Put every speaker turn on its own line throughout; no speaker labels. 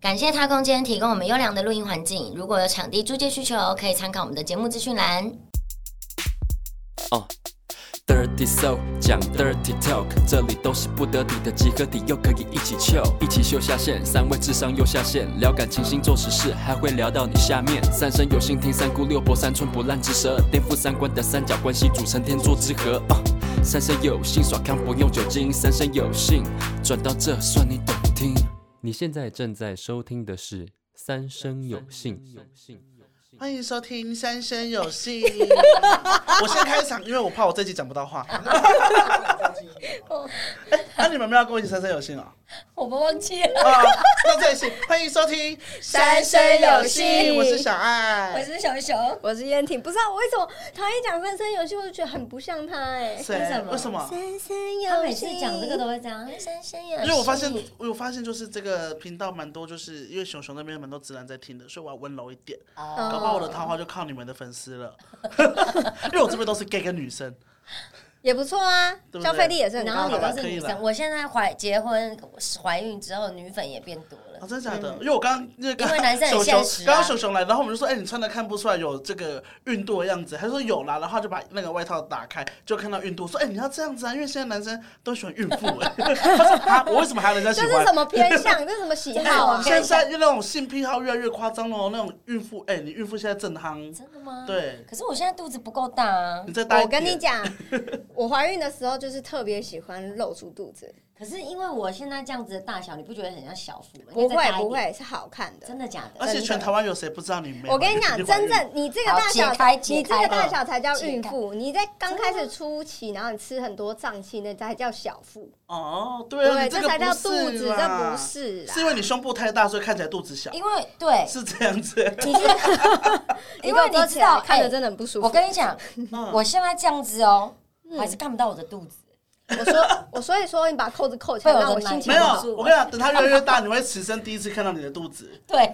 感谢他空间提供我们优良的录音环境。如果有场地租借需求，可以参考我们的节目资讯栏。
Dirty Soul 讲 Dirty Talk，这里都是不得体的集合体，又可以一起 chill，一起秀下限，三位智商又下线，聊感情、星座、时事，还会聊到你下面。三生有幸听三姑六婆，三寸不烂之舌，颠覆三观的三角关系组成天作之合。啊、三生有幸耍康不用酒精，三生有幸转到这算你懂听。你现在正在收听的是《三生有幸》。
欢迎收听《三生 有幸》。我先开场，因为我怕我这集讲不 到话。哎那、你们没有要跟我一起《三生有幸》哦？
我们忘记了。
啊，那这一期欢迎收听《
三生有幸
我是小
我
爱。
是熊熊，
我是燕婷，不知道我为什么他一讲三生有幸，我就觉得很不像他哎、
谁
为什么
为什么？
三生有幸，
他每次讲这个都会这样。
深深有
因为我发现，我有发现，就是这个频道蛮多，就是因为熊熊那边蛮多直男在听的，所以我要温柔一点，
哦
搞不好我的桃花就靠你们的粉丝了。 因为我这边都是 gay 跟女生，
也不错啊，
对不对
消费力也是很
然后
高
你
的吧
都是
可以
女
了
生，我现在怀结婚怀孕之后，女粉也变多
啊，
了。
真的假的？因为我刚因为刚
因为男生很
熊
现
熊
实啊
刚刚熊熊来，然后我们就说，哎、你穿的看不出来有这个孕肚的样子，他说有啦，然后他就把那个外套打开，就看到孕肚，说，哎、你要这样子啊，因为现在男生都 喜欢孕妇、哎，他说啊，我为什么还要人家喜
这
欢？
是什么偏向？这是什么喜好 啊？
现在那种性癖好越来越夸张了哦，那种孕妇，哎、你孕妇现在正夯，
真的吗？。
对，
可是我现在肚子不够大啊
你。再大一
我跟你
点，
讲，我怀孕的时候就是特别喜欢露出肚 子，
可是因为我现在这样子的大小，你不觉得很像小腹吗？
不
应该再
会
大一点
不，会是好看的
真。的假的？
而且全台湾有谁不知道你没怀孕？
我跟你讲，
怀
真
孕
正你这个大小
好解开，
你
解
这
开
个大小才叫
解
孕
开
妇。你在刚开始初期，然后你吃很多胀气，那才叫小腹。
哦，对啊，
对，
你这
这
个
才叫
不是
肚子，这
啦
不是啦
是。因为你胸部太大，所以看起来肚子小，
因为对，
是这样子。
你是因
给我
为
遮
你
起
知
来
道，
看
哎
着真的很不舒服。
我跟你讲，
嗯
我现在这样子哦，还是看不到我的肚子。
我 说，我所以说你把扣子扣起来，
被我的
让我心情
没有
不好。，
我跟你讲，等它越来越大，你会此生第一次看到你的肚 子。
对，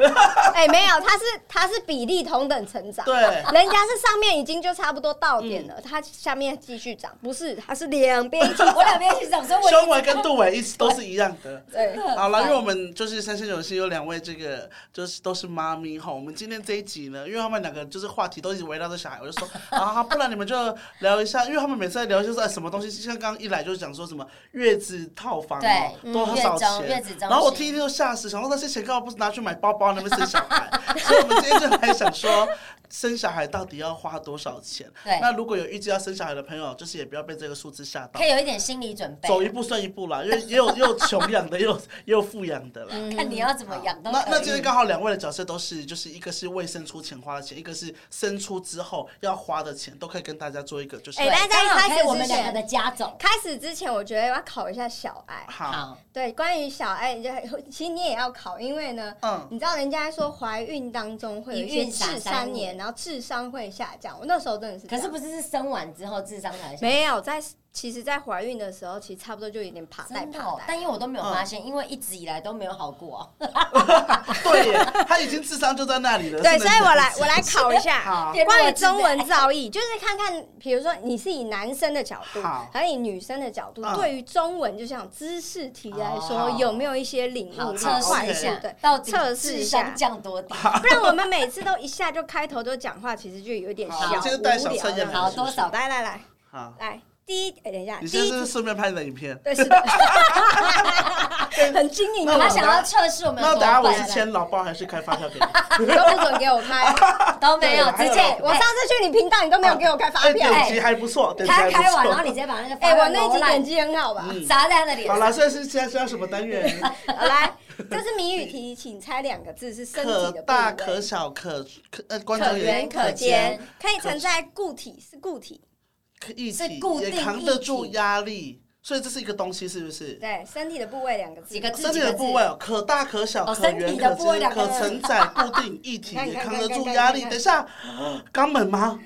哎、没有，它是它是比例同等成长。
对
人家是上面已经就差不多到点了，它下面继续长，不是，它是嗯两边一起
我两边是这样，所以我
胸围跟肚围一直都是一样的。
对。
好了，因为我们就是三生有幸有两位这个就是都是妈咪哈。我们今天这一集呢，因为他们两个就是话题都一直围绕着小孩，我就说啊，不然你们就聊一下，因为他们每次在聊就是、哎、什么东西，像刚刚一来就讲说什么月子套房哦，
对
多少
月中月
钱
子，中
然后我
心
听一听就吓死，想说那些钱干嘛不拿去买包包，那边生小孩？所以我们今天就来想说。生小孩到底要花多少钱？
对
那如果有预计要生小孩的朋友，就是也不要被这个数字吓到
可，以有一点心理准备，
走一步算一步啦，因为也有也有穷养的，也有也有富养的啦。
嗯
看你要怎么养都
那嗯那
可
今天
以。
刚好两位的角色都是，就是一个是未生出前花的钱，一个是生出之后要花的钱，都可以跟大家做一个就是。
哎
对
那在
刚好
开始
可以我们
之前
两个的家总，
开始之前，我觉得要考一下小爱。
好，
好，
对，关于小爱，你就其实你也要考，因为呢，
嗯，
你知道人家说怀孕当中会有一
一
些
孕傻
智
三
三
年
年，然后智商会下降。我那时候真的是这
可
样，
是不是是生完之后智商才会下
没有在，其实，在怀孕的时候，其实差不多就有点爬带
真的
爬
哦
带，。
但因为我都没有
嗯
发现，因为一直以来都没有好过哦。
对耶，他已经智商就在那里了。
对，
是
所
能
以我来
理解
我来考一
好
下关于中文造诣，就是看看，比如说你是以男生的角度
好，
还是以女生的角度，
嗯
对于中文就像知识题来
好
说，有没有一些领
好，
悟
测
跟
试
快
一
速
下？，
对，
到底
测试
智
一下
商。降多低？
不然我们每次都一下就开头就讲话，其实就有点
好
小
这个
无
带小测验
聊。
好多少？
来来来
好，
来，第一，哎，等一下，
你
第
现在
一
是不是
题，
顺便拍你的影片。
对，是的，很精明
那我
他
的，
想要测试我们
那
多
等下我
啊
是
笨
签老包还是开发票给你？哎
你都不准给我开。
都没有，
对还
直
有
接哎
我上次去你频道，你都没有给我开发
哎，
票。
等级还不错，等级还
他
不
开完，然后
错。
你直接把那个
哎、我那一集
眼
演
睛
技很好吧？
嗯
砸在他的脸
好
上。
了，所以是现在是要什么单元？
好来，这是谜语题，请猜两个字是身体
可
的部位。
大可小可可呃，观
可
众
圆
也
可
尖
尖，，
可以存在固体，是固体。
可一
是
体
固定
也扛得
一体
住压力，所以这是一个东西，是不是？
对，身体的部位两个字。
几个字
身体的部位哦，可大可小，
哦
可圆
身体的
可
部位
直，
两个
可
字
承载固定 一体，
你看
也
你看
扛得
你看
住
你看
压
你
力。
看
等一下，肛门吗？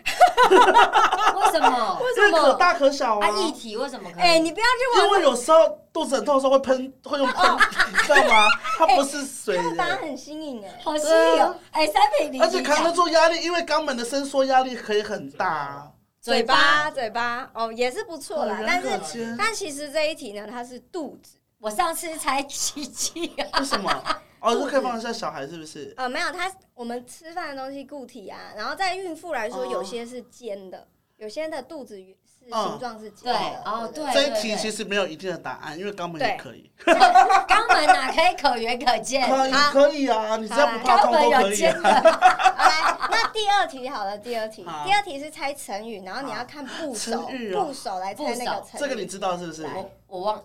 为什么？
为
因为
什
可
么？
大可小啊
啊，。液体为什么可以？
哎、你不要去
因
往
为
那。
有时候肚子很痛的时候会喷，会用
哦
喷，你知道吗？它
哎
不是水
他们答案
的，
很新颖哎。
好犀利哦！哎，三品零，
而且扛得住压力，因为肛门的伸缩压力可以很大啊。
嘴巴。
嘴巴，哦，也是不错啦
可。
但
圆可
是，
尖，
但其实这一题呢，它是肚子。
我上次才七七啊，
为什么？哦，就可以放得下小孩是不是？
呃，没有，它我们吃饭的东西固体啊，然后在孕妇来说，
哦
有些是尖的，有些的肚子是
嗯
形状是
对
尖的。
哦
对
对
这一题其实没有一定的答案，因为肛门也可以，
肛门哪可以可圆可见？
可以
好
可以啊，你只要不怕
肛
痛都
门
可
有
以
尖
啊。
的，
好来，那第二题好了，第二题
好，
第二题是猜成语，然后你要看部首
成，语哦
部首来猜那
部
个
首
成语。
这个你知道是不是？
来
我我忘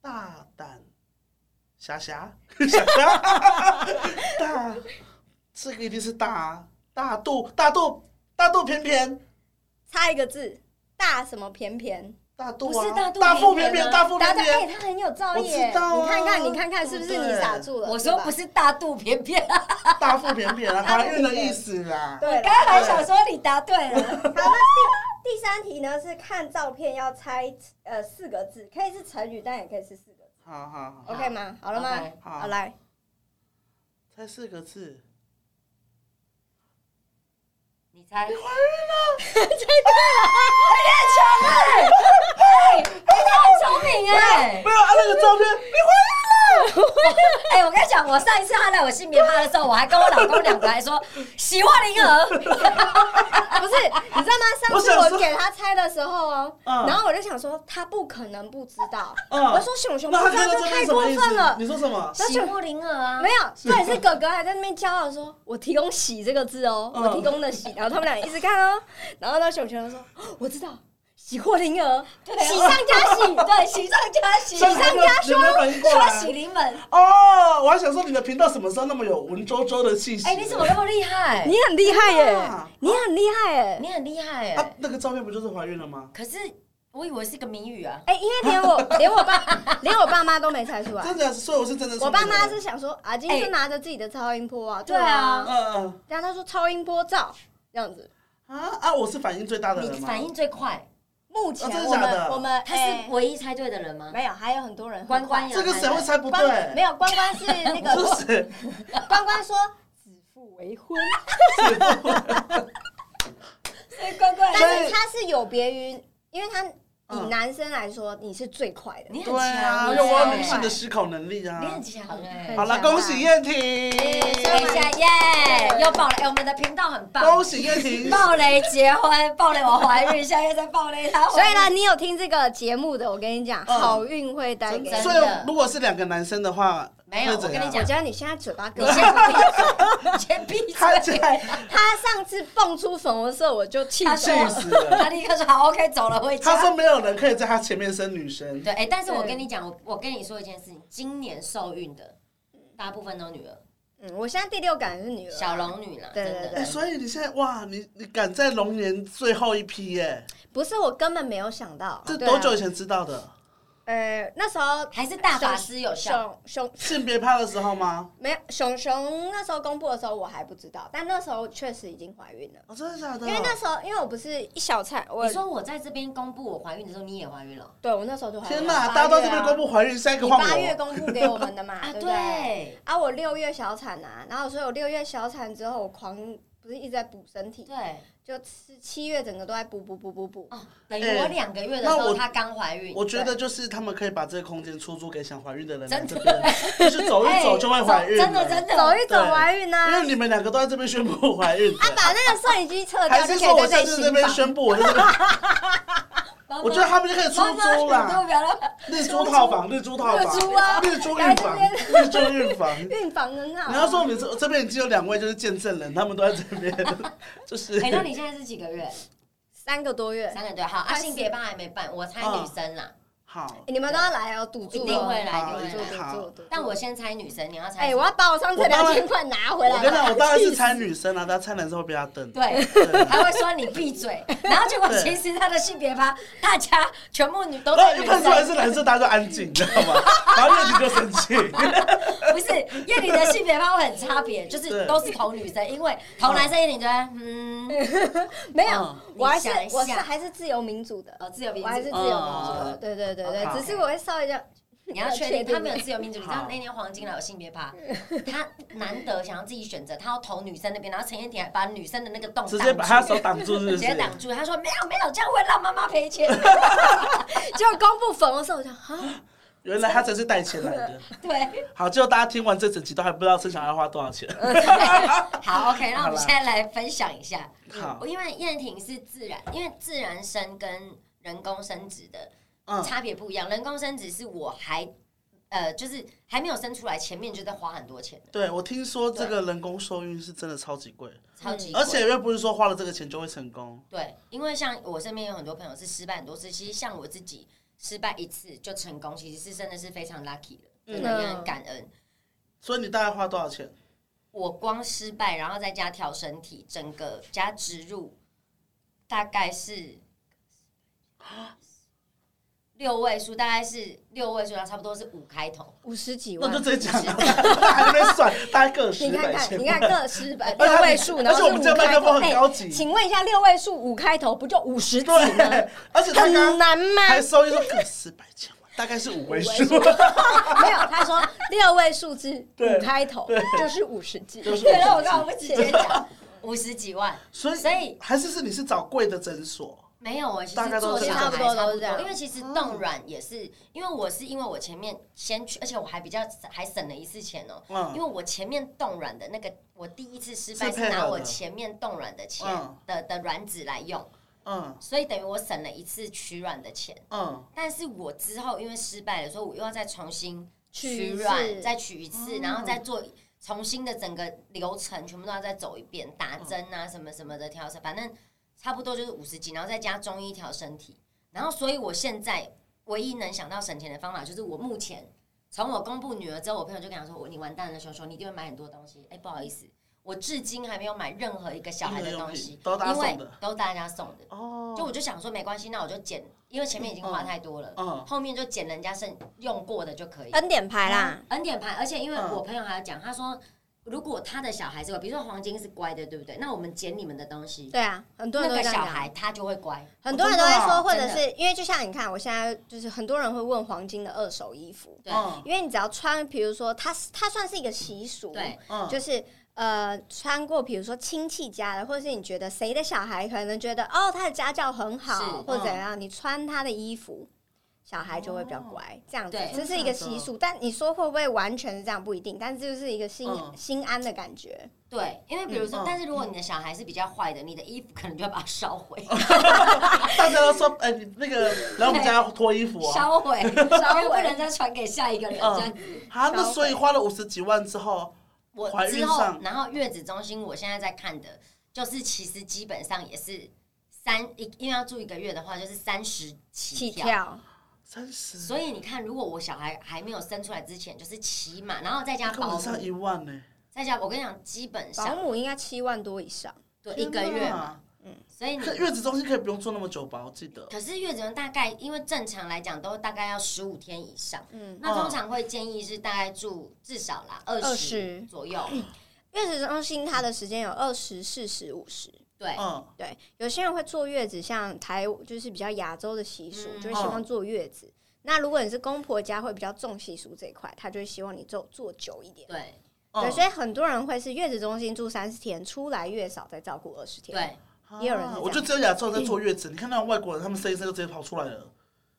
大胆，霞霞， 霞霞，大，这个一定是大啊大肚，大肚，大肚偏偏，
猜一个字，大什么偏偏？
大肚
不是
啊
大，肚
大腹
偏
偏
偏
偏，
啊
大腹
大
偏
家哎，
偏，
他很有造
我
�业，
知道啊
你看看，你看看是不是
对不
你
对
傻住了？
我说不
是
是
吧，
大肚啊偏偏，
大腹偏偏啊，
大
怀
肚
孕的
偏
意思啊啦。
对啦。
刚还想说你答对了，
好，那第第三题呢是看照片要猜呃四个字，可以是成语，但也可以是四个字
好好好，
，OK 吗？好了吗
OK？
好
好来，
猜四个字，
你猜？哎聪明哎！
没有啊，那个照 片，
哎，我跟你讲，我上一次他来我性别趴的时候，我还跟我老公两个还说喜欢婴儿，
不是，你知道吗？上
我
次
想说
我给他猜的时候哦，
嗯
然后我就想说他不可能不知道，
嗯
我说熊熊不
那他
知
看到
道这
这
太
边什
过
么意
分
思？
了
你。说什么？
那
喜
就
不灵儿啊
没！有，重点是哥哥还在那边骄傲地说：“我提供洗这个字哦，
嗯
我提供的洗。”然后他们俩一直看哦，然后呢，熊熊就说：“哦我知道，洗或灵儿，
啊
洗上 加洗，
对，喜上加喜，
上加
喜上
你有没有反应过来
说喜临门。
哦，我还想说你的频道什么时候那么有文绉绉的气息？
哎，你怎么那么厉害？
你很厉害
真的
耶
啊，
你很厉害耶。
你很厉害
啊
哎！，
那个照片不就是怀孕了吗？
可是我以为是个谜语啊”。
哎，因为连我连我爸连我爸妈都没猜出来，
真的，所以我是真的。
我爸妈是，想说啊，今天就拿着自己的超音波啊，对啊
嗯，嗯
然后他说超音波照这样子。
啊啊，我是反应最大的
你
人吗？
反应最快，
目前
哦真的
我
假
们
的
我们
他是
哎
唯一猜对的人吗？
没有，还有很多人很
关关
快
有
这个谁会猜不
关没
对？
有关关 是那
这
个
是谁？
关关说指腹为婚，
乖乖
但是他是有别于，因为他以
嗯
男生来说你是最快的，
你很
对啊，
强，
要挖
你
女性的思考能力
你很
啊！
强哎。
好了，恭喜燕婷，
所以现在耶，又爆雷！哎，我们的频道很
恭
棒，
喜燕婷，
爆雷结婚，爆雷我怀孕，现在又在爆雷他
所
怀
以
孕。
呢，你有听这个节目的，我跟你讲，
嗯
好运会带给
真
你。
所以如果是两个男生的话，
没有，
会
我
怎
跟
样
你
我
讲，
觉得你现在嘴巴
你
跟
先闭嘴，你先闭
他
嘴。
在
他上次蹦出粉红色，我就气
他
死
气
说。
死了。
他立刻说好，OK，走了，回
他
家。
说没有人可以在他前面生女生，
对，哎，但是我
对
跟你讲，我我跟你说一件事情，今年受孕的大部分都女儿，
嗯，我现在第六感是女儿。啊
小龙女啦，
对
真
对
的
对
哎，。所以你现在哇，你你赶在龙年最后一批耶，
不是，我根本没有想到。
这
对啊
多久以？前知道的？
呃，那时候
还是大法师有效，
熊熊
性别趴的时候吗？
没有熊熊那时候公布的时候我还不知道，但那时候确实已经怀孕了。
哦，真的假的？
因为那时候，因为我不是一小菜，我
你说我在这边公布我怀孕的时候，你也怀孕了
对我那时候就怀孕了。
天哪，大家都在这边公
布，
布怀孕，下一个
你
换
八月
我。
公布给我们的嘛，
啊？
对不对？
对
啊，我六月小产啊，然后所以我六月小产之后，我狂不是一直在补身体，
对，
就吃七月整个都在补补补补补。
哦，等于我两个月的时
哎那
候，
我
她刚怀孕，
我觉得就是他们可以把这个空间出租给想怀孕的人来
真
这
的
边， 就是走一走就会怀孕了，
哎真的真的
走一走
对
怀孕
因
啊，
为你们两个都在这边宣布怀孕的，
把那个摄影机撤
还
掉，就是可
说我
以
下
在
次
里
这边宣布我在这边？
妈妈，
我觉得他们就可以出租啦，
了，
日租套房，日租套
日租啊
房，日租孕房，日租孕房。
孕房很好啊。
你要说你这这边已经有两位就是见证人，他们都在这 边，就是
哎，那你现在是几个月？
三个多月，
三个对，好，啊，
快四
性别班还没办，我猜
嗯
女生啦，
好
欸你们都要来哦，赌注哦
一定会来
好
赌
一定
注
会
赌
来
好
注赌注。
但我先猜女生，你要猜
哎、
什么？
我要把我上次
我当
两
然
千块拿回来。
我跟你讲，我当然是
气死
猜女生啊啦，但猜男生会被他 瞪。
对，
对
还会说你闭 嘴，然后结果其实她的性别班，大家全部女都
然后
在
一
女
看出来
生，
是男生，大家就安静，你知 道吗？然后燕婷就生气，
不是叶玲的性别班会很差别，就是
对
都是同女生，因为同男生叶玲觉得嗯，
没有，
嗯
我还是
你想一下
我是还是自由民主的，
呃，自由民
我还是自
主，
由民主的。
嗯
对对对对，
好
只是我会稍微这样。
你要确定他没有自由民主。你知道
好
那年黄金来有性别趴，他难得想要自己选择，他要投女生那边，然后陈燕婷还把女生的那个洞
直
挡
接把他
住
手挡住，是不
直
是
接？挡住，他 说没有没有，这样会让妈妈赔钱。
结果公布粉红色，我想啊，
原来他真是带钱来 的。
对，
好，最后大家听完这整集都还不知道生小孩要花多少钱。
好，OK，那我
好啦
们现在来分享一下，
好，
哦因为燕婷是自然，因为自然生跟人工生殖的
嗯，
差别不一样，人工生殖是我还呃，就是还没有生出来，前面就在花很多钱的，
对我听说这个人工受孕是真的超级贵，
超级贵，
嗯而且又不是说花了这个钱就会成功。
对，因为像我身边有很多朋友是失败很多次，其实像我自己失败一次就成功，其实是真的是非常 lucky 的，真
嗯
的也很感恩。
所以你大概花多少钱？
我光失败，然后再加调身体，整个加植入，大概是六位数，大概是六位数，然后差不多是五开头。
五十几
那
万
就，直接讲了，还没算，大概个十
你看
百
看，
千
你。看个十百
而且
六
他
位数，然
而且
后
我
是
们
五
这个麦
开
克
头
风，很
哎
高级，
请问一下，六位数五开头不就五十几吗？
对，而且他刚
很
刚
难吗？
还收一说个十百千万，大概是五位数，
没有，他说六位数字
对
五开头就是五十几，
就是
对，那我刚好不直接讲五十几万，
所以
所以
还是是你是找贵的诊所，
没有，我其
大概
实
都
做
是
小
这样
孩
差不多都是这样哦
因为其实冻卵也是，因为我是因为我前面先去，而且我还比较还省了一次钱哦、因
嗯，
为我前面冻卵的那个，我第一次失败
是
是
配合
拿我
的
前面冻卵的钱
嗯
的的卵子来用，
嗯
所以等于我省了一次取卵的钱。
嗯，
但是我之后因为失败了，所以我又要再重新
取
取
一次哦
卵，再取一次，
嗯
然后再做重新的整个流程，全部都要再走一遍，打
嗯
针啊什么什么的调整，反正差不多就是五十几，然后再加中医调身体。然后，所以我现在唯一能想到省钱的方法，就是我目前从我公布女儿之后，我朋友就跟我说：“我你完蛋了，熊熊，你一定会买很多东西。”哎，不好意思，我至今还没有买任何一个小孩的东西，
都搭
因为
送的
都大家送的。
哦，
就我就想说没关系，那我就减，因为前面已经
哦
花太多了，
嗯
后面就减人家剩用过的就可以。
恩典牌呃啦，
恩典牌，而且因为
嗯
我朋友还有讲，他说如果他的小孩是乖，比如说黄金是乖的，对不对？那我们减你们的东西，
对啊，很多
那
人
个
都这样
小
讲
孩他就会乖。
很多人都会说，或者
真
是因为就像你看，我现在就是很多人会问黄金的二手衣服，
对
嗯
因为你只要穿，比如说它它算是一个习俗，
对，
嗯，
就是呃穿过，比如说亲戚家的，或者是你觉得谁的小孩可能觉得哦他的家教很好，
是
或者怎样，你穿他的衣服。小孩就会比较乖，这样子
对，
这是一个习俗。但你说会不会完全是这样不一定，但是就是一个心
嗯
心安的感觉。
对，因为比如
嗯
说
嗯，
但是如果你的小孩是比较坏的，你的衣服可能就要把它烧毁，
嗯
大家都说，哎，你那个来我们家要脱衣服啊，
烧毁，
烧毁
因为不能再传给下一个人
嗯
这样子。
啊，那
烧毁
所以花了五十几万之后，
我
怀孕
之后
上，
然后月子中心，我现在在看的，就是其实基本上也是三一，因为要住一个月的话，就是三十
起
起跳。
跳，
三十，
所以你看，如果我小孩还没有生出来之前，就是起码，然后再加
一个
保
晚上一
姆，
万呢，
再加我跟你讲，基本
保
上
姆应该七万多以上，
对一
天哪
个月嘛。所以你
可月子中心可以不用住那么久吧？我记得，
可是月子中大概，因为正常来讲都大概要十五天以上，
嗯，
哦
那通常会建议是大概住至少啦二十嗯
20
左右，
月子中心它的时间有二十、四十、五十。
对，
嗯，
对，有些人会坐月子，像台就是比较亚洲的习俗，
嗯
就会希
哦
望坐月子。那如果你是公婆家，会比较重习俗这一块，他就会希望你坐坐久一点。
对
对，
嗯
所以很多人会是月子中心住三十天，出来月嫂再照顾二十天。
对
也有人是这样
啊我就只有亚洲人在坐月子，你看那种外国人，他们生一生就直接跑出来了，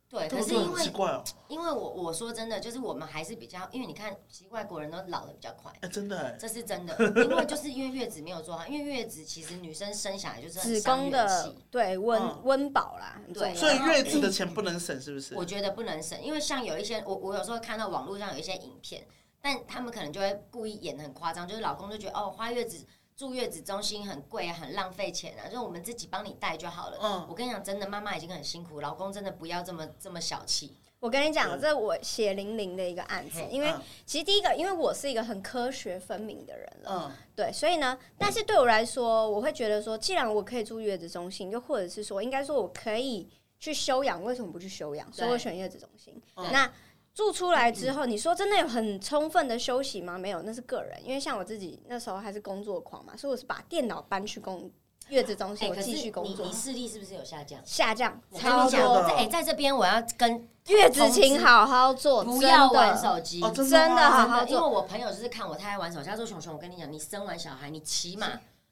对。
他
可
们
是
就
因
很
为
奇怪哦，
因为我我说真的，就是我们还是比较，因为你看，其实外国人都老的比较快，
哎，真的哎，
这是真的。因为就是因为月子没有做好，因为月子其实女生生下来就是很
子
伤
宫
元
的
气
对
嗯
温温饱啦，很重
对
要
所以月子的钱不能省，是不是？
我觉得不能省，因为像有一些我我有时候看到网络上有一些影片，但他们可能就会故意演的很夸张，就是老公就觉得哦花月子住月子中心很贵啊，很浪费钱啊，就是我们自己帮你带就好了。
嗯
我跟你讲，真的妈妈已经很辛苦，老公真的不要这么这么小气。
我跟你讲，
对
这我血淋淋的一个案子
嘿，
因为
嗯
其实第一个，因为我是一个很科学分明的人
嗯
了，对，所以呢，但是对我来说，我会觉得说，既然我可以住月子中心，又或者是说，应该说我可以去休养，为什么不去休养？所以我选月子中心。
嗯
那住出来之后，你说真的有很充分的休息吗？没有，那是个人。因为像我自己那时候还是工作狂嘛，所以我是把电脑搬去工月子中
哎、
心，我
可是
继续工
你
作
你，视力是不是有下降？
下降
我跟
超
你讲，
多。
的
在哎、在这边我要跟
月子请好好做，
不
真
要玩
的
手机。
哦，真
真
的
的
吗
好
真的
好
因为
做。
我朋友就是看我太爱玩手机，他说：“熊熊，我跟你讲，你生完小孩，你起码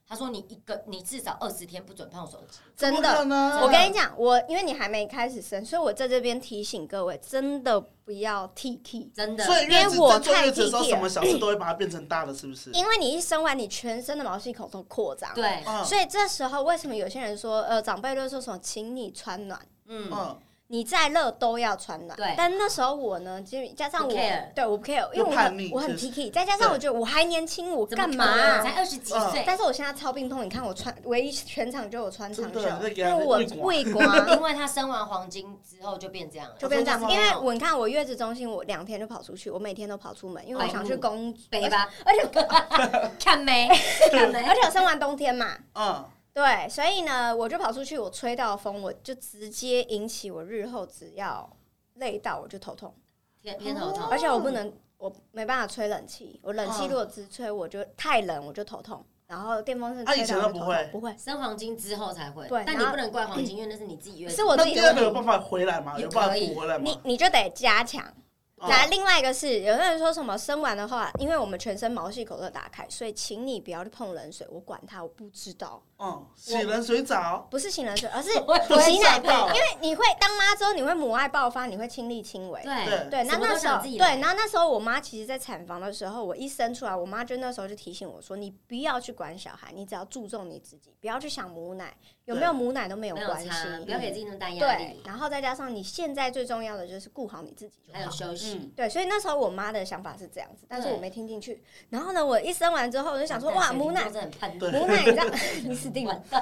他说你一个你至少二十天不准碰手机，
真的。
呢，
我跟
嗯
你讲，我因为你还没开始生，所以我在这边提醒各位，真的不要 T T，
真的。
所以月
因
子
为我
在坐
太
月子的时候，
体贴
什么小事都会把它变成大的，是不是？
因为你一生完，你全身的毛细孔都扩张。。
对，
嗯
所以这时候，为什么有些人说，呃，长辈都说什么，请你穿暖，
嗯，
嗯，
你再热都要穿暖。
对
但那时候我呢，就加上我
不 care，
对我不 care，因为
又
我
叛逆
很我很
是
T T，再加
对
上我觉得我还年轻，我
怎么
干
可
嘛
能
啊、
才二十几
嗯
岁，
但是我现在超病痛，你看我穿，唯一全场就我穿长袖
嗯真的，在给
因
他
为我
喂瓜
胃瓜。
因为他生完黄金之后就变这样了，
就变这样，
哦
因为我你看我月子中心，我两天就跑出去，我每天都跑出门，因为
哦
我想去工
北 吧，
而且
看没看没
而， 且我生完冬天嘛，
嗯，
对，所以呢，我就跑出去，我吹到风，我就直接引起我日后只要累到我就头痛，
偏偏头痛
而，且我不能，我没办法吹冷气，我冷气
哦
如果直吹，我就太冷我就头痛，然后电风扇
啊以
吹
前
到我
都
就
不
头
会
痛，不会，
生黄金之后才会
对，
但你
然后
不能怪黄金，因为那是你自己约的，
是我
那
自己
第
的
二个
问
有
题，
办法回来吗？
也
有办法
可以
补回来吗
你？你就得加强。
哦
嗯
那另外一个是，有的人说什么生完的话，因为我们全身毛细孔都打开，所以请你不要去碰冷水。我管它，我不知道，
嗯，洗冷水澡，
不是请冷水，而是
我也不会
洗奶
吓到
盆，因为你会当妈之后，你会母爱爆发，你会亲力亲为。
对
对
对，那
什么都
那时候
想自己
对，
来
然后那时候我妈其实，在产房的时候，我一生出来，我妈就那时候就提醒我说，你不要去管小孩，你只要注重你自己，不要去想母奶，有没有母奶都没有
没有
关系
差，，不要给自己那么大压
对
力，，
然后再加上你现在最重要的就是顾好你自己就
还有
好。
休息，
嗯，
对，所以那时候我妈的想法是这样子，但是
对啊
我没听进去。然后呢，我一生完之后，我就想说，哇，母奶，
真的很叛逆，啊
对
母奶，你知道，你死定了。
完蛋，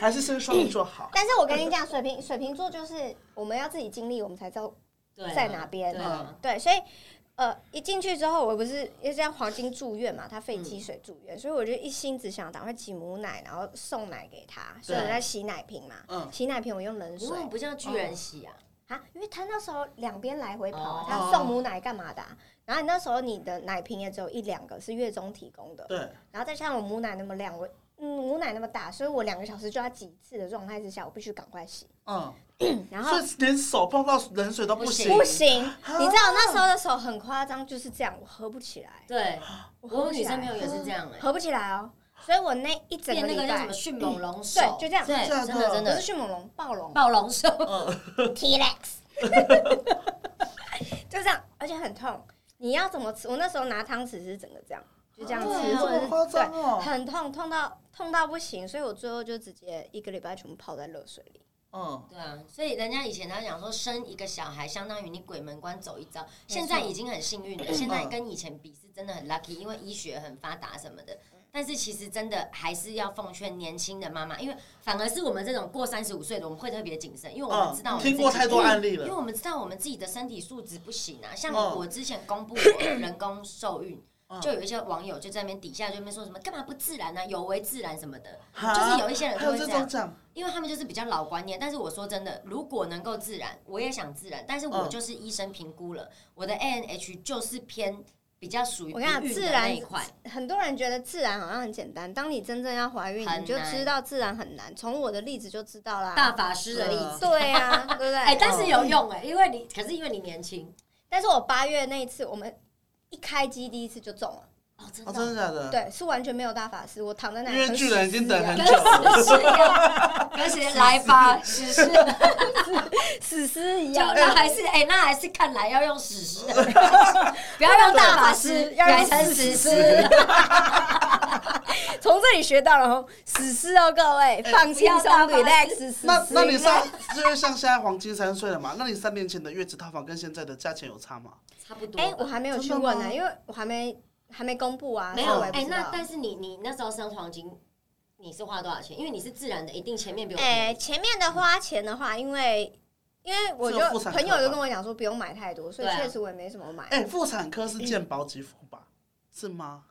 还是生双鱼座好。
但是我跟你讲，水瓶水瓶座就是我们要自己经历，我们才知道
对啊
在哪边哦
对啊
对，所以呃，一进去之后，我不是因为在黄金住院嘛，他肺
嗯
积水住院，所以我就一心只想赶快挤母奶，然后送奶给他，所以我
对哦
在洗奶瓶嘛，
嗯
洗奶瓶我用冷
你
水
为什么不像巨人洗啊？
啊，因为他那时候两边来回跑啊
哦，
他送母奶干嘛的啊、然后你那时候你的奶瓶也只有一两个是月中提供的，
对，
然后再加上我母奶那么量，我嗯母奶那么大，所以我两个小时就要挤一次的状态之下，我必须赶快洗。
嗯，
然后
所以连手碰到冷水都不行。
不行，你知道那时候的手很夸张，就是这样，我合不起来，
对，
我合
我
不
们女
起
生朋
来，
友也是这样哎，
合不起来哦。所以我那一整
变那
礼
个叫什
拜
么，迅猛龙手，
嗯对，就这样，
对，
真的
真的真
不是
的
迅猛龙，暴龙
暴龙手，
t r e x 就这样，而且很痛。你要怎么吃？我那时候拿汤匙是整个这样，就这样
对
吃，
啊
或
哦这
者
么
是
夸张
对，
哦。
很痛，痛到痛到不行，所以我最后就直接一个礼拜全部泡在热水里。
嗯，
对啊，所以人家以前他讲说生一个小孩相当于你鬼门关走一遭，现在已经很幸运
嗯
了，现在跟以前比是真的很 lucky，因为医学很发达什么的。
嗯
但是其实真的还是要奉劝年轻的妈妈，因为反而是我们这种过三十五岁的，我们会特别谨慎，因为我们知道我们自己
嗯听过太多案例
因为
了。
我们知道我们自己的身体素质不行啊，像
嗯
我之前公布我人工受孕
嗯，
就有一些网友就在那边底下就在那边说什么干嘛不自然呢、啊，有违自然什么的，
哈
就是有一些人
还
就
有
会
这
这样
种，讲，
因为他们就是比较老观念。但是我说真的，如果能够自然，我也想自然，但是我
嗯
就是医生评估了，我的 A N H 就是偏比较属于
我跟你讲
不孕的
自
那
然
一块，
很多人觉得自然好像很简单，当你真正要怀孕，
很
你就
难
知道自然很难。从我的例子就知道
大
啦。
法师的例
嗯
子。
对啊，对不对？
哎、但是有用哎、因为你可是因为你年轻
但是我八月那一次，我们一开机第一次就中了，
哦，真
哦，真的假的？
对，是完全没有大法师，我躺在那里
因为
跟
巨人已经等
死尸
很
一啊样
久了，
跟 谁啊？跟谁来吧？史诗，
死尸一
就
样，
那还是哎、那还是看来要用史诗，不要用大法师，
要
改
用
成史
史
诗，
从这里学到了哦，死尸哦，各位放轻
不
松
要大法
，relax，死啊尸。
那那你
relax
三，就是像现在黄金三岁了嘛？那你三年前的月子套房跟现在的价钱有差吗？
差不多。
哎、我还没有去问
真的
呢、
吗
因为我还没还没公布啊，
没
所以
有
我也不
哎、
知道
那但是你你那时候生黄金，你是花多少钱？因为你是自然的，一定前面比我便
哎、
宜。
前面的花钱的话，因为因为我就
这个妇产科吧
朋友就跟我讲说不用买太多，所以
对啊
确实我也没什么买。
哎，妇产科是健保给付吧？是吗？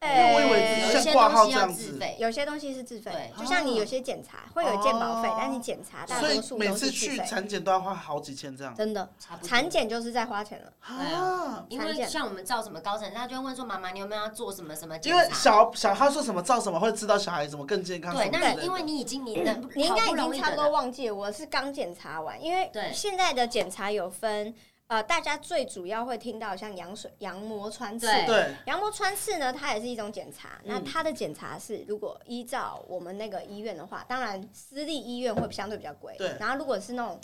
哎
因为我以为只
有一
是像
些
挂号
东西
这
要
样
自
子
费，
有些东西是自费
对，
就像你有些检查会有健保费
哦，
但你检查大
所
多
以
数
每
都
次
是自
去
费，
产检都要花好几千这样。
真的
差不多
产检就是在花钱了。
啊，
因
产
为
检
像我们照什么高层，他就会问说妈妈，你有没有要做什么什么检
因为
查？
小小他说什么照什么会知道小孩怎么更健康什
对，
么之类
那
的。
你因为你已经你的
你应该
好
已
不容
经
易
差
的
不多
了
忘记了，我是刚检查完，因为
对
现在的检查有分呃，大家最主要会听到像羊水、羊膜穿刺。
对
对，
羊膜穿刺呢，它也是一种检查。那
嗯
它的检查是，如果依照我们那个医院的话，当然私立医院会相对比较贵。
对
然后如果是那种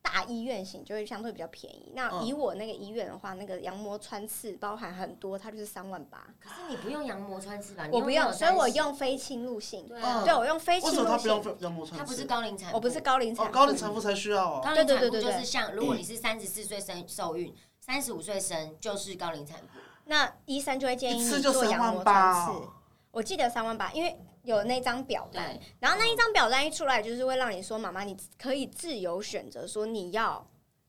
大医院型，就会相对比较便宜。那
嗯
以我那个医院的话，那个羊膜穿刺包含很多，它就是三万八。
可是你不用羊膜穿刺吧？你
我不
用
用，
尿
所以我
穿刺
用非侵入性。
对
嗯
啊，
对，我用非
为
侵
什么
入
他不
性
用，羊膜穿
它
刺？
不是高龄产妇，
我不是高龄产
哦，
妇，
高龄产妇才需要哦。
高龄产
对对
妇
对
就
对嗯
是像如果你是三十四岁生受孕，三十五岁生就是高龄产妇，
那医生就会建议
一次
你
就
做
三
羊
万
膜
八
穿
哦
刺。我记得三万八，因为有那张表单，
对，
然后那一张表单一出来，就是会让你说，妈妈，你可以自由选择说你要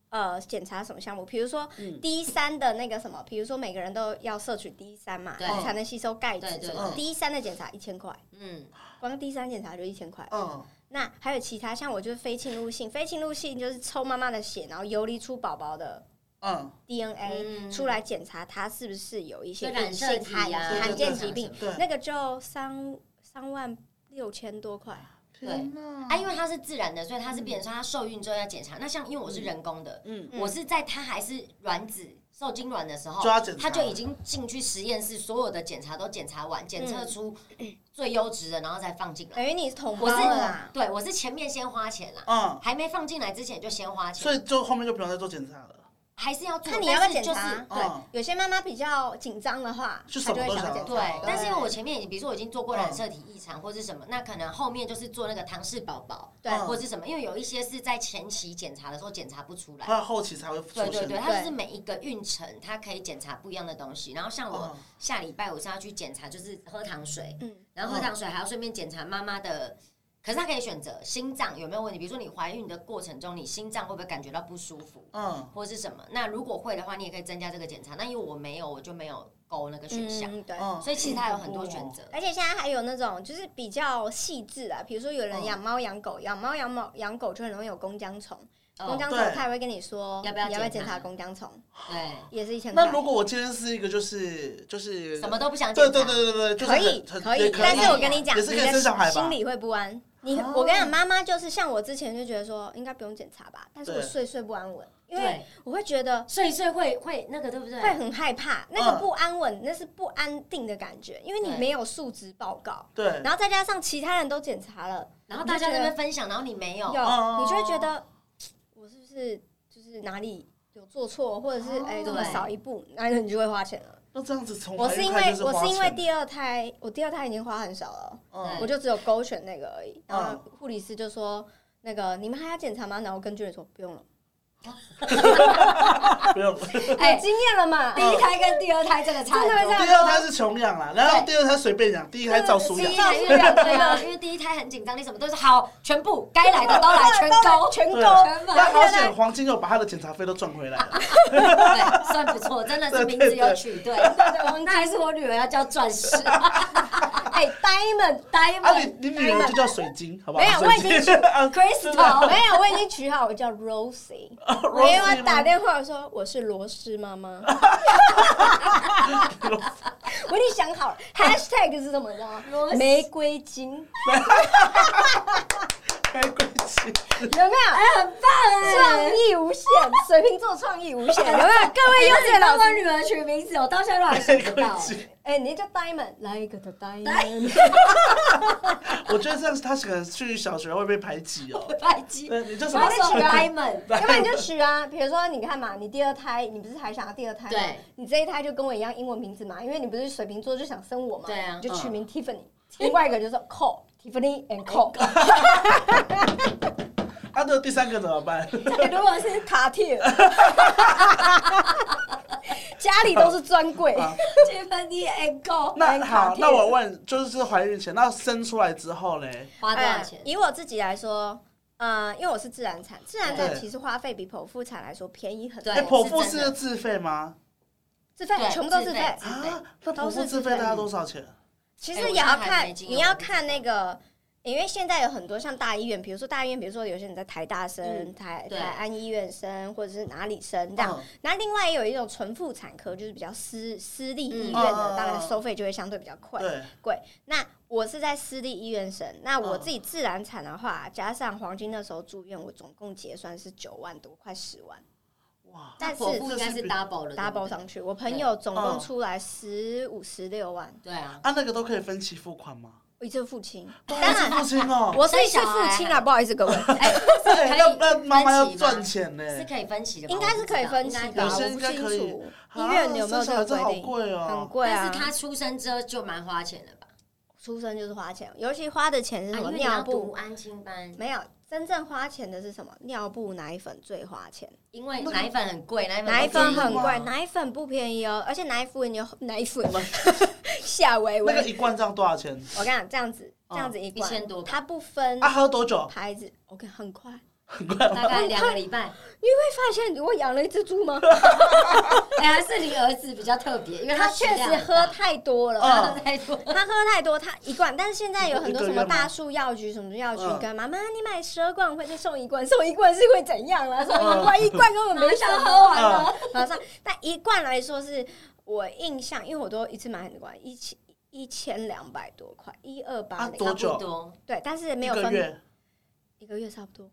呃检查什么项目，比如说
嗯
D 三的那个什么，比如说每个人都要摄取 D 三嘛，
对
你才能吸收钙质
对对
什么
对
D 三的检查一千块，
嗯，
光 D 三检查就一千块。
嗯，
那还有其他像我就是非侵入性，非侵入性就是抽妈妈的血，然后游离出宝宝的
嗯，
DNA、
嗯
哎出来检查它是不是有一些
就染
隐
色
性
体
罕
啊，
罕见疾病，
嗯对，
那个就三三万六千多块。
天哪
啊，因为它是自然的，所以它是变成说它受孕之后要检查。那像因为我是人工的，
嗯，
嗯
我是在它还是卵子受精卵的时候
就，要检查，
它就已经进去实验室，所有的检查都检查完，检测出最优质的，然后再放进来。
等于你是同胞
我是
了哦啦。
对，我是前面先花钱啦，
嗯，
还没放进来之前就先花
所
钱，
以就后面就不用再做检查了。
还是要做。
看你要不要
但是
检
就是
查哦
对，
嗯，
有些妈妈比较紧张的话，
就什
她就
么
会
都
想要
想要
检
做
查。
对
对，
但是因为我前面已经，比如说我已经做过
嗯
染色体异常或是什么，那可能后面就是做那个唐氏宝宝，
对
嗯
或是什么，因为有一些是在前期检查的时候检查不出来。
它后期才会出
对
现。
对对，
嗯，
它就是每一个孕程，它可以检查不一样的东西。然后像
嗯
我下礼拜我是要去检查，就是喝糖水，
嗯，
然后喝糖水还要顺便检查妈妈的，可是它可以选择心脏有没有问题，比如说你怀孕的过程中，你心脏会不会感觉到不舒服，
嗯，
或是什么？那如果会的话，你也可以增加这个检查。那因为我没有，我就没有勾那个选项，哦
嗯，对。
嗯，
所以其实它有很多选择。
而且现在还有那种就是比较细致啊，比如说有人养猫养狗，养猫养猫养狗就很容易有弓浆虫，弓
哦
浆虫
对
它也会跟你说
要不要
你要不要
检
检
查
查弓浆虫，
对，
也是一千块。
那如果我今天是一个就是就是
什么都不想检
对
查。
对对对对，就是
可以
很
可
也
以，
可
但是我跟
以
你讲，
也是可以
你的
生小孩吧
心里会不安。你
哦
我跟你讲，妈妈就是像我之前就觉得说应该不用检查吧，但是我
对
睡睡不安稳，因为
对，
我会觉得
所以所以会会那个对不对？
会很害怕，那
嗯
个不安稳，那是不安定的感觉，因为你
对
没有数值报告，
对，
然后再加上其他人都检查了，
然后大家在那边分享，然后你没有，
哦
有，你就会觉得我是不是就是哪里有做错，或者是
哦
哎怎么
对
少一步，然后你就会花钱了。
那这样子从
我
怀
是
孕
因
开
为
始就
我
花
是因为
钱
第二胎，我第二胎已经花很少了，
嗯
我就只有勾选那个而已。然后
嗯
护理师就说。那个你们还要检查吗？然后我跟军人说不用了，
不 用，
哎
有经验了嘛。
第一胎跟第二胎这个差
真的会
很
这
多。
样
第二胎是穷养啦，然后第二胎随便养，第一胎照书
第一
养。
胎因为对啊，因为第一胎很紧张，你什么都是好，全部该来 的都来，全勾全
对，啊
全买。
那好险，黄金又把他的检查费都赚回来了。
对，算不错，真的是名字有取对。那还是我女儿要叫钻 石，
哎，Diamond
啊，
Diamond
你你女儿就叫水晶，好不好？
没有
水晶
我已经
啊
Crystal
没有，我已经取好，我叫 Rosie。我
，Rosie
因为
啊吗
打电话我说我是罗斯 妈妈，我已经想 好了，#hashtag 是什么你知道吗？
罗斯
玫瑰金有
开贵 气，
没有？哎，很棒哎，创意无限，水瓶座创意无限，有没有？各位幼稚园
帮
老
我
师，
女儿取名字，我到现在都还想
开
不
贵
到。
气。
哎，你叫 Diamond，来一个的 Diamond，
我觉得这样子他可能去小学会被排挤 哦。
拜基，
对，你叫什
然后
么？
说 Diamond，
要不然你就取啊，比如说你看嘛，你第二胎，你不是还想要第二胎吗？
对，
你这一胎就跟我一样英文名字嘛，因为你不是水瓶座就想生我嘛，
对啊
你就取名 Tiffany，另外一个就是 Cole。Tiffany and Cole，
啊，那第三个怎么办？
如果是卡贴， 家里都是专柜，
啊
结婚你 and go，
那好，那我问，就是怀孕前，那生出来之后嘞？
花多少钱
哎？以我自己来说，呃，因为我是自然产，自然产
对
其实花费比剖腹产来说便宜很多
对
哎，，剖腹
是真
是
的
自费吗？
自费
对
全部都
自
自
费
费。
自费
啊，那
都
剖腹
是
自
自
费
费
大概多少钱？
其
哎
实
我
也
现在
要
还
看
没，经
你
验
要
我不知
看那个。因为现在有很多像大医院，比如说大医院，比如说有些人在台大生、
嗯
台
对
台安医院生，或者是哪里生这样。
嗯
那、另外也有一种纯妇产科，就是比较私私立医院
嗯
的，
嗯
当然
嗯
收费就会相对比较贵。
对，
那我是在私立医院生，那我
嗯
自己自然产的话，加上黄金那时候住院，我总共结算是九万多，快十万。
哇，哇，
但
但
是
果腹应该是 double 了
打包，
对不嗯
上去。我朋友总
哦
共出来十五十六万，
对对 啊，
啊，那个都可以分期付款吗？
我一次付清。
当然是付清哦。
我是一次付清啦，不好意思各位，
哎，
哎
可以
那那妈妈要
分期吗
赚钱呢，
是可以分期的吧，
应该是可以分期啊
应
吧？
该
有
我
些
不
应
清
该可
楚，
以
医院有没有
啊生小
这
孩
个
真好
规定？
贵
很
哦，
贵
但
啊
是！他出生之后就蛮花钱了吧？
出生就是花钱，尤其花的钱是
啊
什
因
么
为你要
尿
读
布，
安亲班，
没有真正花钱的是什么尿布、奶粉最花钱，
因为奶粉很贵，奶粉
奶粉很
哎便宜哦
贵，
吗
奶粉不便宜哦，而且奶粉有奶粉 夏威
那个
威，
一罐这样多少钱？
我跟你讲这样子这样子一
一千
罐，
多吧，
它不分
啊，喝多久？
牌子，我跟很快，你
大概两个礼拜。
会发现我养了一只 猪吗？
哎，还是你儿子比较特别，因为
它
食
确
量
实
很
喝
大
太多了，
嗯
喝太多，
他喝太多，他一罐，但是现在有很多什么大树药局什么药局
嗯，
跟妈妈你买十二罐会再送一罐，送一罐是会怎样
嗯
啦？送一罐一罐根本没想
马上
喝
完了
啊，
马上。但一罐来说是我印象，因为我都一次买很多罐，一千一千两百多块，一二八
啊
零，
多久
差不多
对，但是没
一
有
个
分
月，
一个月差不多。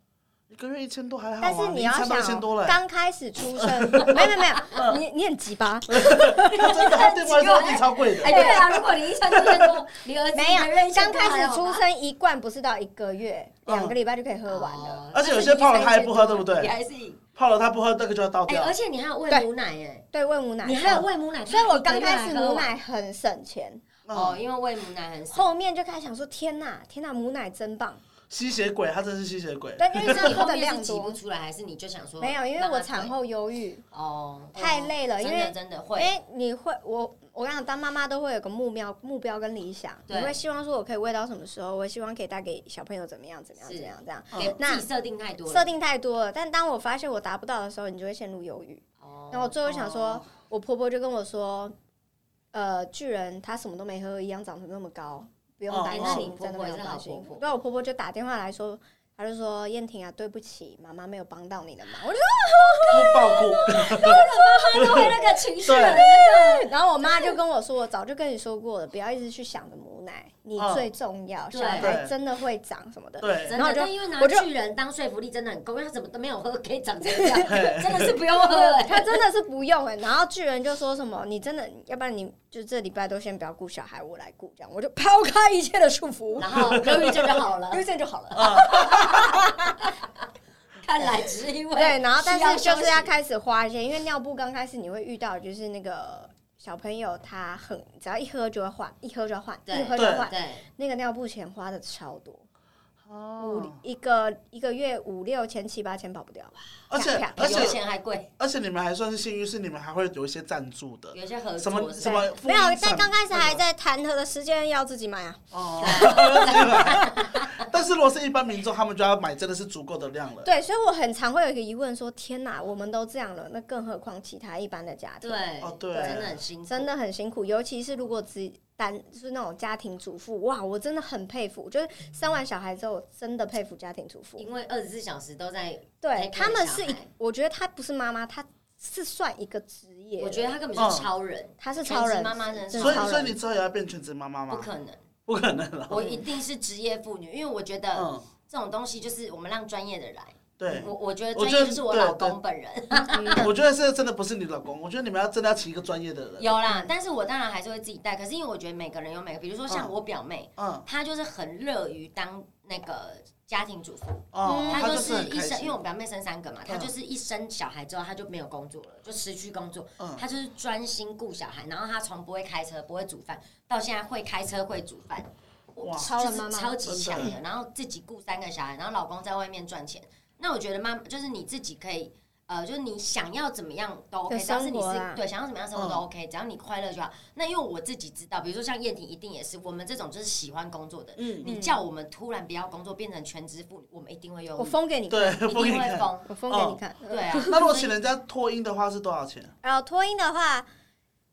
一个月一千多还好啊，
但是你要
一餐都一千
想
多
哦，
了，嗯
刚开始 出生，没有没有没有，你你很急吧？
真的，他 对外说你超贵的。
哎，对啊，如果你一生就多，你儿子
没
一个月
有，
一千
刚
多
开
还
始
好
出
吧
生一罐不是到一个月，两个
嗯
礼拜就可以喝完了。
哦
而且有些泡了他也不喝对不啊对
你还是赢
泡了他不喝，那个就要倒
哎，
掉
而。且你还要喂
对
母奶哎，
对，喂母奶，
你还有喂母奶，
所以我
他
刚
一个月
开始
还喝
母
完
奶很省钱，
哦，
嗯，
因为喂母奶很少。
后面就开始想说天呐，天呐，母奶真棒。
吸血鬼，他真是吸血鬼。
但因为
那
这
你
喝
后
的
面
量
是挤不
多，
出来，还是你就想说
没有，因为
让它
我产
退
后忧郁，
哦
太累了
哦
因
真的
为
真的
因
会
为你会我。我跟你讲，当妈妈都会有个目标、目标跟理想，你
对
会希望说，我可以喂到什么时候？我希望可以带给小朋友怎么样、怎么样、
是
怎么样这样。
给
那
自己设定太多了，
设定太多了，但当我发现我达不到的时候，你就会陷入忧郁。
哦
然后我最后想说
哦，
我婆婆就跟我说，呃，巨人他什么都没喝，一样长得那么高，不用
哦
担
哎那
心
你，
真的
婆婆
没有
也是好
担心
婆婆。
对，我婆婆就打电话来说，她就说：“燕婷啊，对不起，妈妈没有帮到你的忙。”我就
爆哭，
他都会那个情绪
对
很，
说，然后我妈就跟我说：“我早就跟你说过了，不要一直去想着母奶，你
嗯
最重要，
哦对
小孩真的会长什 么 的。”
对，
真
然后
的，
我就
但因为拿
我就
巨人当说服力真的很够，因为他怎么都没有喝，可以长成这 样，
嘿
真的是不用喝哎。
他真的是不用哎、然后巨人就说什么：“你真的，要不然你就这礼拜都先不要顾小孩，我来顾。”这样我就抛开一切的束缚，
然 后忧郁症就好了
忧，郁症就好了。
看来只是因为
对，然后但是
需要
就
休
是
息
要开始花一些，因为尿布刚开始你会遇到，就是那个小朋友他很只要一喝就要换，一喝就要换，
对
一喝就要换，
对
那个尿布钱花的超多，五
嗯
哦
一个一个月五六千七八千跑不掉，
而且
啪啪
而
比油
且
钱还贵，
而且你们还算是幸运，是你们还会有一些赞助的，
有一些合
什
作
么
是
什么
呃没有
复印，
在
厂
刚开始
哎
还在谈和的时间要自己买啊，
哦
对。
但是如果是一般民众，他们就要买真的是足够的量了。
对，所以我很常会有一个疑问说，天哪，我们都这样了，那更何况其他一般的家 庭？
对
哦对
真的很辛苦，
真的很辛苦，尤其是如果只单就是那种家庭主妇，哇，我真的很佩服，就是生完小孩之后，我真的佩服家庭主妇，
因为二十四小时都在 take
对
care
他们是
小
一
孩，
我觉得她不是妈妈，她是算一个职业，
我觉得他根本是超人，
她是
全
超
职
人，
妈妈真的
真
是
的
所以
超
所以
人
你之后也要变全职妈妈
不
吗？
可能，
不可能了。
我一定是职业妇女，因为我觉得
嗯，
这种东西就是我们让专业的来，
对。
我我觉得
我
专
觉得
业就是我
对
老
对
公本人。
我觉得这真的不是你老公，我觉得你们要真的要请一个专业的人。
有啦，但是我当然还是会自己带。可是因为我觉得每个人有每个，比如说像我表妹，
嗯
她就是很乐于当那个家庭主妇，
哦
嗯，
她就
就是很
一
开
生，因为
心。
我表妹生三个嘛，她
嗯
就是一生小孩之后，她就没有工作了，就辞去工作，
嗯
她就是专心顾小孩，然后她从不会开车，不会煮饭，到现在会开车会煮饭。
哇
超
就
人
是
妈妈
超级
真的
强的，然后自己雇三个小孩，然后老公在外面赚钱。那我觉得妈妈就是你自己可以，呃，就是你想要怎么样都 OK，
有
只要是你
生活啊
是
啦
对想要怎么样生活都
嗯
OK，、只要你快乐就好。那因为我自己知道，比如说像燕婷一定也是，我们这种就是喜欢工作的，
嗯，
你叫我们突然不要工作变成全职妇女，我们一定会忧
我
郁，
封给你看，嗯
对，
一
不可
定
以
会
看。
疯。
我封给你看，
对啊，
那如果请人家脱音的话是多少钱？
然后脱音的话，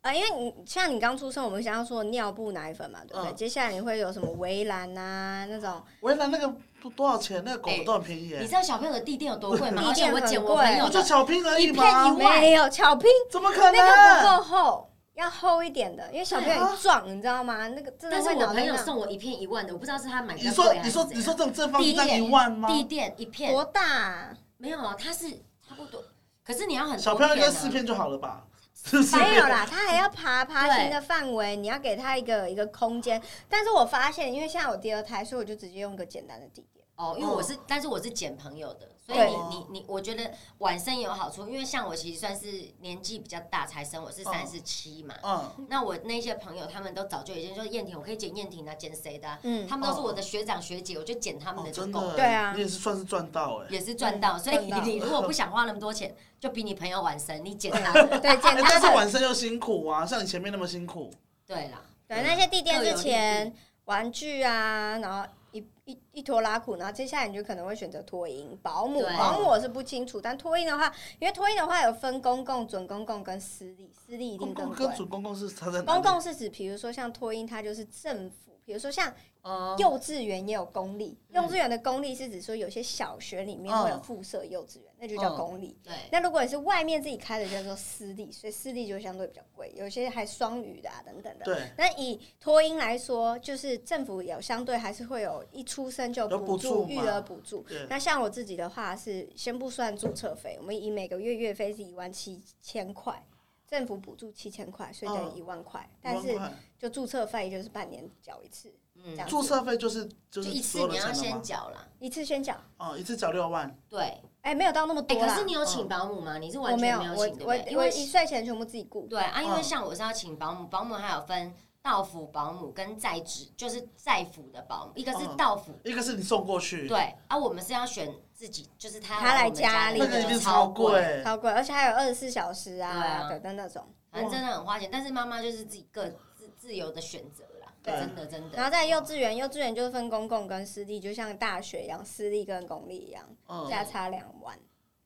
呃，因为你像你刚出生，我们想要说尿布、奶粉嘛，对不对？
嗯
接下来你会有什么围栏啊那种，
围栏那个不多少钱？那个狗
哎
都很便宜
你
耶，
知道小朋友的地垫有多贵吗？
地
而且
垫
我捡
很
我朋
贵
友
不就
的，
小瓶而已
一
吗
片？万
没有巧拼，
怎么可能？
那个不够厚，要厚一点的，因为小朋友很壮，你知道吗？那个真的
但是
会
我
脑
朋
袋
友
上
送我一片一万的，我不知道是他买比
你
较
说
贵还
你
是
说
怎样
你说这种正方
地
一
垫
一万吗？
地垫一片
多大啊？
没有，它是差不多可是你要很
小
多
朋友
片
应该四
啊，
片就好了吧？是不是？
没有 啦，他还要爬爬
对
行的范围，你要给他一个一个空间。但是我发现，因为现在我第二胎，所以我就直接用个简单的地点。
哦，因为
嗯
我是，但是我是捡朋友的，所以
对
你你你，我觉得晚生也有好处，因为像我其实算是年纪比较大才生，我
哦
是三十七嘛，
嗯，
那我那些朋友他们都早就已经说燕婷，我可以捡燕婷啊，捡谁的啊、
嗯，
他们都是我的学长学姐，我就捡他们
哦
的，就
真
够了。
的，
对啊
你也是算是赚到哎。
也是赚到，所以
赚到
你如果不想花那么多钱，就比你朋友晚生，你捡他的。
对，简
哎，
单
但是
的
晚上又辛苦啊，像你前面那么辛苦，
对啦，
对，那些地垫
各有
之
利
前玩具啊，然后一一一拖拉裤，然后接下来你就可能会选择托婴保姆。
对
保姆我是不清楚，但托婴的话，因为托婴的话有分公共、准公共跟私立，私立一
公
定更
共
贵
跟。准公共是差在哪
公
里
共是指，比如说像托婴，它就是政府，比如说像
哦，
幼稚园也有公立。
嗯
幼稚园的公立是指说有些小学里面
哦
会有附设幼稚园，那就叫公立。
对，
那如果你是外面自己开的，叫做私立，所以私立就相对比较贵，有些还双语的啊等等的。
对，
那以托婴来说，就是政府有相对还是会有一出生就
有补
补
助
助
嘛
育儿补助。
对
那像我自己的话是先不算注册费，我们以每个月月费是一万七千块，政府补助七千块，所以等
嗯
于一万块。但
五万
是
块
就注册费就是半年缴一次，
嗯
这，样
注册费就是就
就是一
所
次
有
你
的
要
钱了
先
吗？
缴啦。
一次先缴。
哦，一次缴六万，
对，
哎、没有到那么
哎，
多
可
啦。
是你有请保姆吗？你是
我
完
没
全
有，
没有
我
请对不
我
对？因
我
为
一岁前全部自己雇。
对啊，因为
嗯
像我是要请保姆，保姆还有分到府保姆跟在职，就是在府的保姆，一个是
嗯
到府，
一个是你送过去，
对啊，我们是要选自己，就是他
他来
我们家
家
里
里
那个一定
就
超
贵，
贵，
超贵，而且还有二十四小时
对
啊
啊
等等那种。
反正真的很花钱。但是妈妈就是自己个自自由的选择啦，
对
真的真的。哦
然后在幼稚园，幼稚园就是分公共跟私立，就像大学一样，私立跟公立一样，
哦
嗯，
价差两万。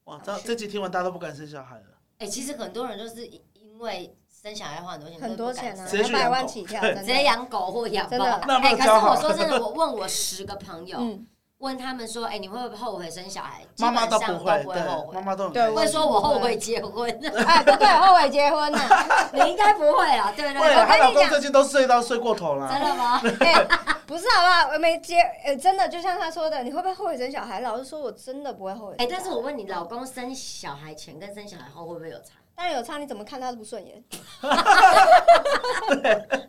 哇，这这集听完大家都不敢生小孩了，
哎、其实很多人就是因为生小孩花很多钱，
很多钱
都
啊，
不敢
直接去
两
养
百万
狗
起跳，
对
真
直
的
接。养狗或养
真
猫。
的
那没
哎、
有
可
教
是
好
我说真的， 我问我十个朋友，
嗯，
问他们说，哎、你会不会后悔生小孩？基
妈
本
妈
上都
都不
会
会，对，妈
后
妈都很
对
开
会
心。
说我后悔结婚，
哎，不对，后悔结婚呐、
你应该不会啊，对对
会
对
啦，她
我跟
老
你
公
讲
最近都睡到睡过头
真
啦。
的吗？
哎，不是好不好？我没结，哎，真的就像他说的，你会不会后悔生小孩？老实说，我真的不会后悔。
哎、但是我，问你，老公生小孩前跟生小孩后会不会有差？
当然有差，你怎么看他都不顺眼，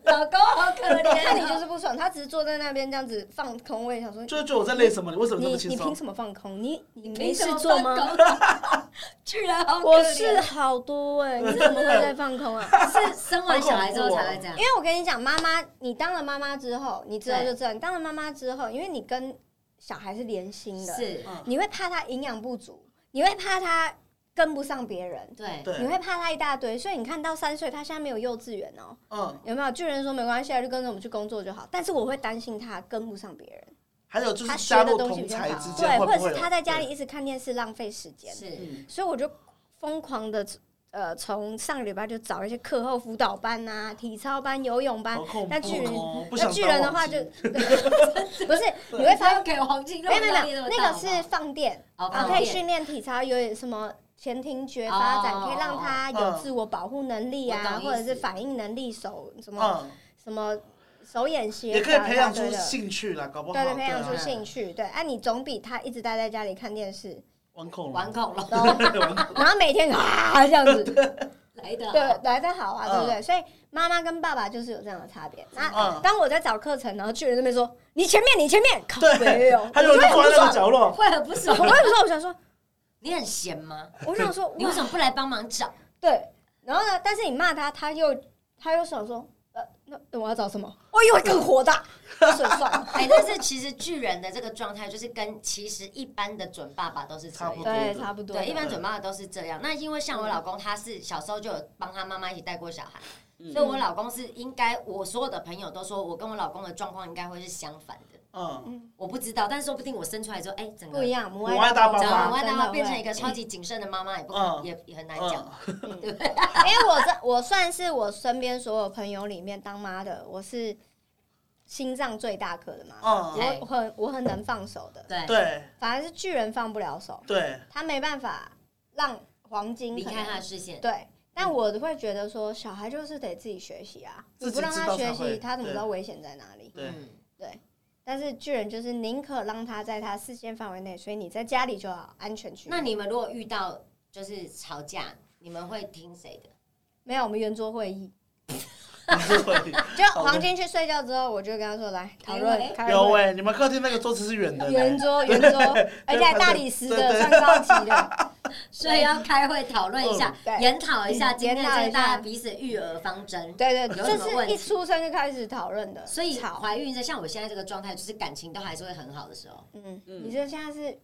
老公好可
看
怜、
你就
啊，
是不爽，他只是坐在那边这样子放空，我也想说，
就觉得我在累什么？你为什么这么
你你
轻
凭
松？
什么放空？你你
你
没
怎
事
么
做
办
吗？？
居然好可怜，啊
我是好多哎、你怎么会在放空啊？
是生完小孩之后才会这样
因。为我跟你讲，妈妈，你当了妈妈之后，你之后就知道，你当了妈妈之后，因为你跟小孩是连心的，
是，
你会怕他营养不足，你会怕他跟不上别人。
对，
你
对，
会怕他一大堆，所以你看到三岁，他现在没有幼稚园哦，
嗯，
有没有？巨人说没关系啊，就跟着我们去工作就好。但是我会担心他跟不上别人，
还有就
他
是
学
加
的
入
东西
同
比较
才之
好，
间
对，
会
或
不
者
会有
是他在家里，一直看电视浪费时间，
对
是，
嗯，
所以我就疯狂的呃，从上个礼拜就找一些课后辅导班啊、体操班、游泳班
好，恐
那巨人
怖哦！不
那
想
巨人的
当
话
王
就
子
不 是你会发现，
给黄金
没有没有没有，那个是放电，
哦，
啊，
放
可
电
以训练体操，有点什么前庭觉发展，
哦
可以让他有自我保护能
嗯
力
我
啊，
懂意思
或者是反应能力，手什么
嗯，
什么手眼协
也可以
调
培
啊
养
之类
出
的
兴趣啦，搞不好
对对，培养
啊
出兴趣，对，啊，你总比他一直待在家里看电视，
玩恐
玩
龙，
恐龙
然后 然后每天啊这样子，
来的，
对，来的好啊，
嗯
对不对？所以妈妈跟爸爸就是有这样的差别。那
嗯
当我在找课程，然后去人那边说你前面，你前面，靠
对
没有，
还有
我就
人
很
坐在
不
那个
爽。
角落，
会很不爽
我。也不说，我想说，
你很闲吗？
我想说，
你为什么不来帮忙找？
对，然后呢？但是你骂他，他又他又想说，呃，那那我要找什么？我哦又会更火 大，所以算了。
哎，但是其实巨人的这个状态，就是跟其实一般的准爸爸都是这
差不
样。
多
对，嗯
的，
差不 多。
对，一般准妈妈都是这样。那因为像我老公，他是小时候就有帮他妈妈一起带过小孩，
嗯
所以我老公是应该，我所有的朋友都说我跟我老公的状况应该会是相反的。
嗯，
我不知道，但说不定我生出来之后，哎、整
不
个
一样，母
母爱大爆
整
发
个妈
妈妈
妈
真的
大
会
变成 一个超级谨慎的妈妈，也不可
嗯
也也很难讲。
嗯，
嗯因为我这我算是我身边所有朋友里面当妈的，我是心脏最大颗的妈妈。
嗯，
对
我很我很能放手的，
对，
对
反而是巨人放不了手，
对，
他没办法让黄金
离
可能
开他的视线，
对，
嗯
但我会觉得说，小孩就是得自己学习啊，
自
你
己
不让
知
他
道
学
才会
习，他怎么
对
知道危险在哪里？
对
嗯，
但是巨人就是宁可让他在他视线范围内，所以你在家里就好，安全区。
那你们如果遇到就是吵架，你们会听谁的？
没有，我们圆桌会议，
啊
对
就黄金去睡觉之后，我就跟他说来讨
欸
论，开
有
会
哎、你们客厅那个桌子是圆的、欸，
圆桌圆桌，而且还大理石的，算高级的，
所以要开会讨论一下
嗯，对
研讨一下今天
研讨一
这个
下
大家彼此育儿方针。
对对，
有什么
这
问
是
题
一出生就开始讨论的，
所以
吵，
怀孕的，像我现在这个状态，就是感情都还是会很好的时候，
嗯，
嗯
你说现在是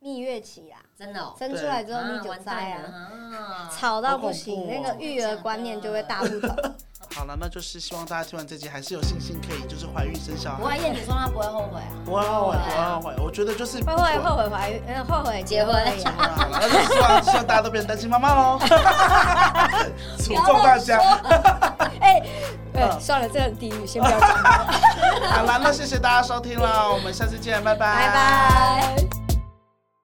蜜月期啦，
真的哦。
生出来之后
啊
蜜酒
完
灾
蛋了
啊，
啊！
吵到不
好
行，
恐怖哦
那个育儿观念就会大不同。
好了，那就是希望大家听完这集还是有信心可以就是怀孕生小
不会
孩，
燕，你说她不会后悔啊？
不会后悔，不会后悔。我觉得就是
会不会 后悔怀孕？嗯，后悔结婚而已 啊。
啊，那就希望希望大家都变单亲妈妈喽， 诅咒大家。
哎，
嗯
呃，算了，这很地狱，先 不要讲。
好了，那谢谢大家收听了，我们下次见，拜拜，
拜拜。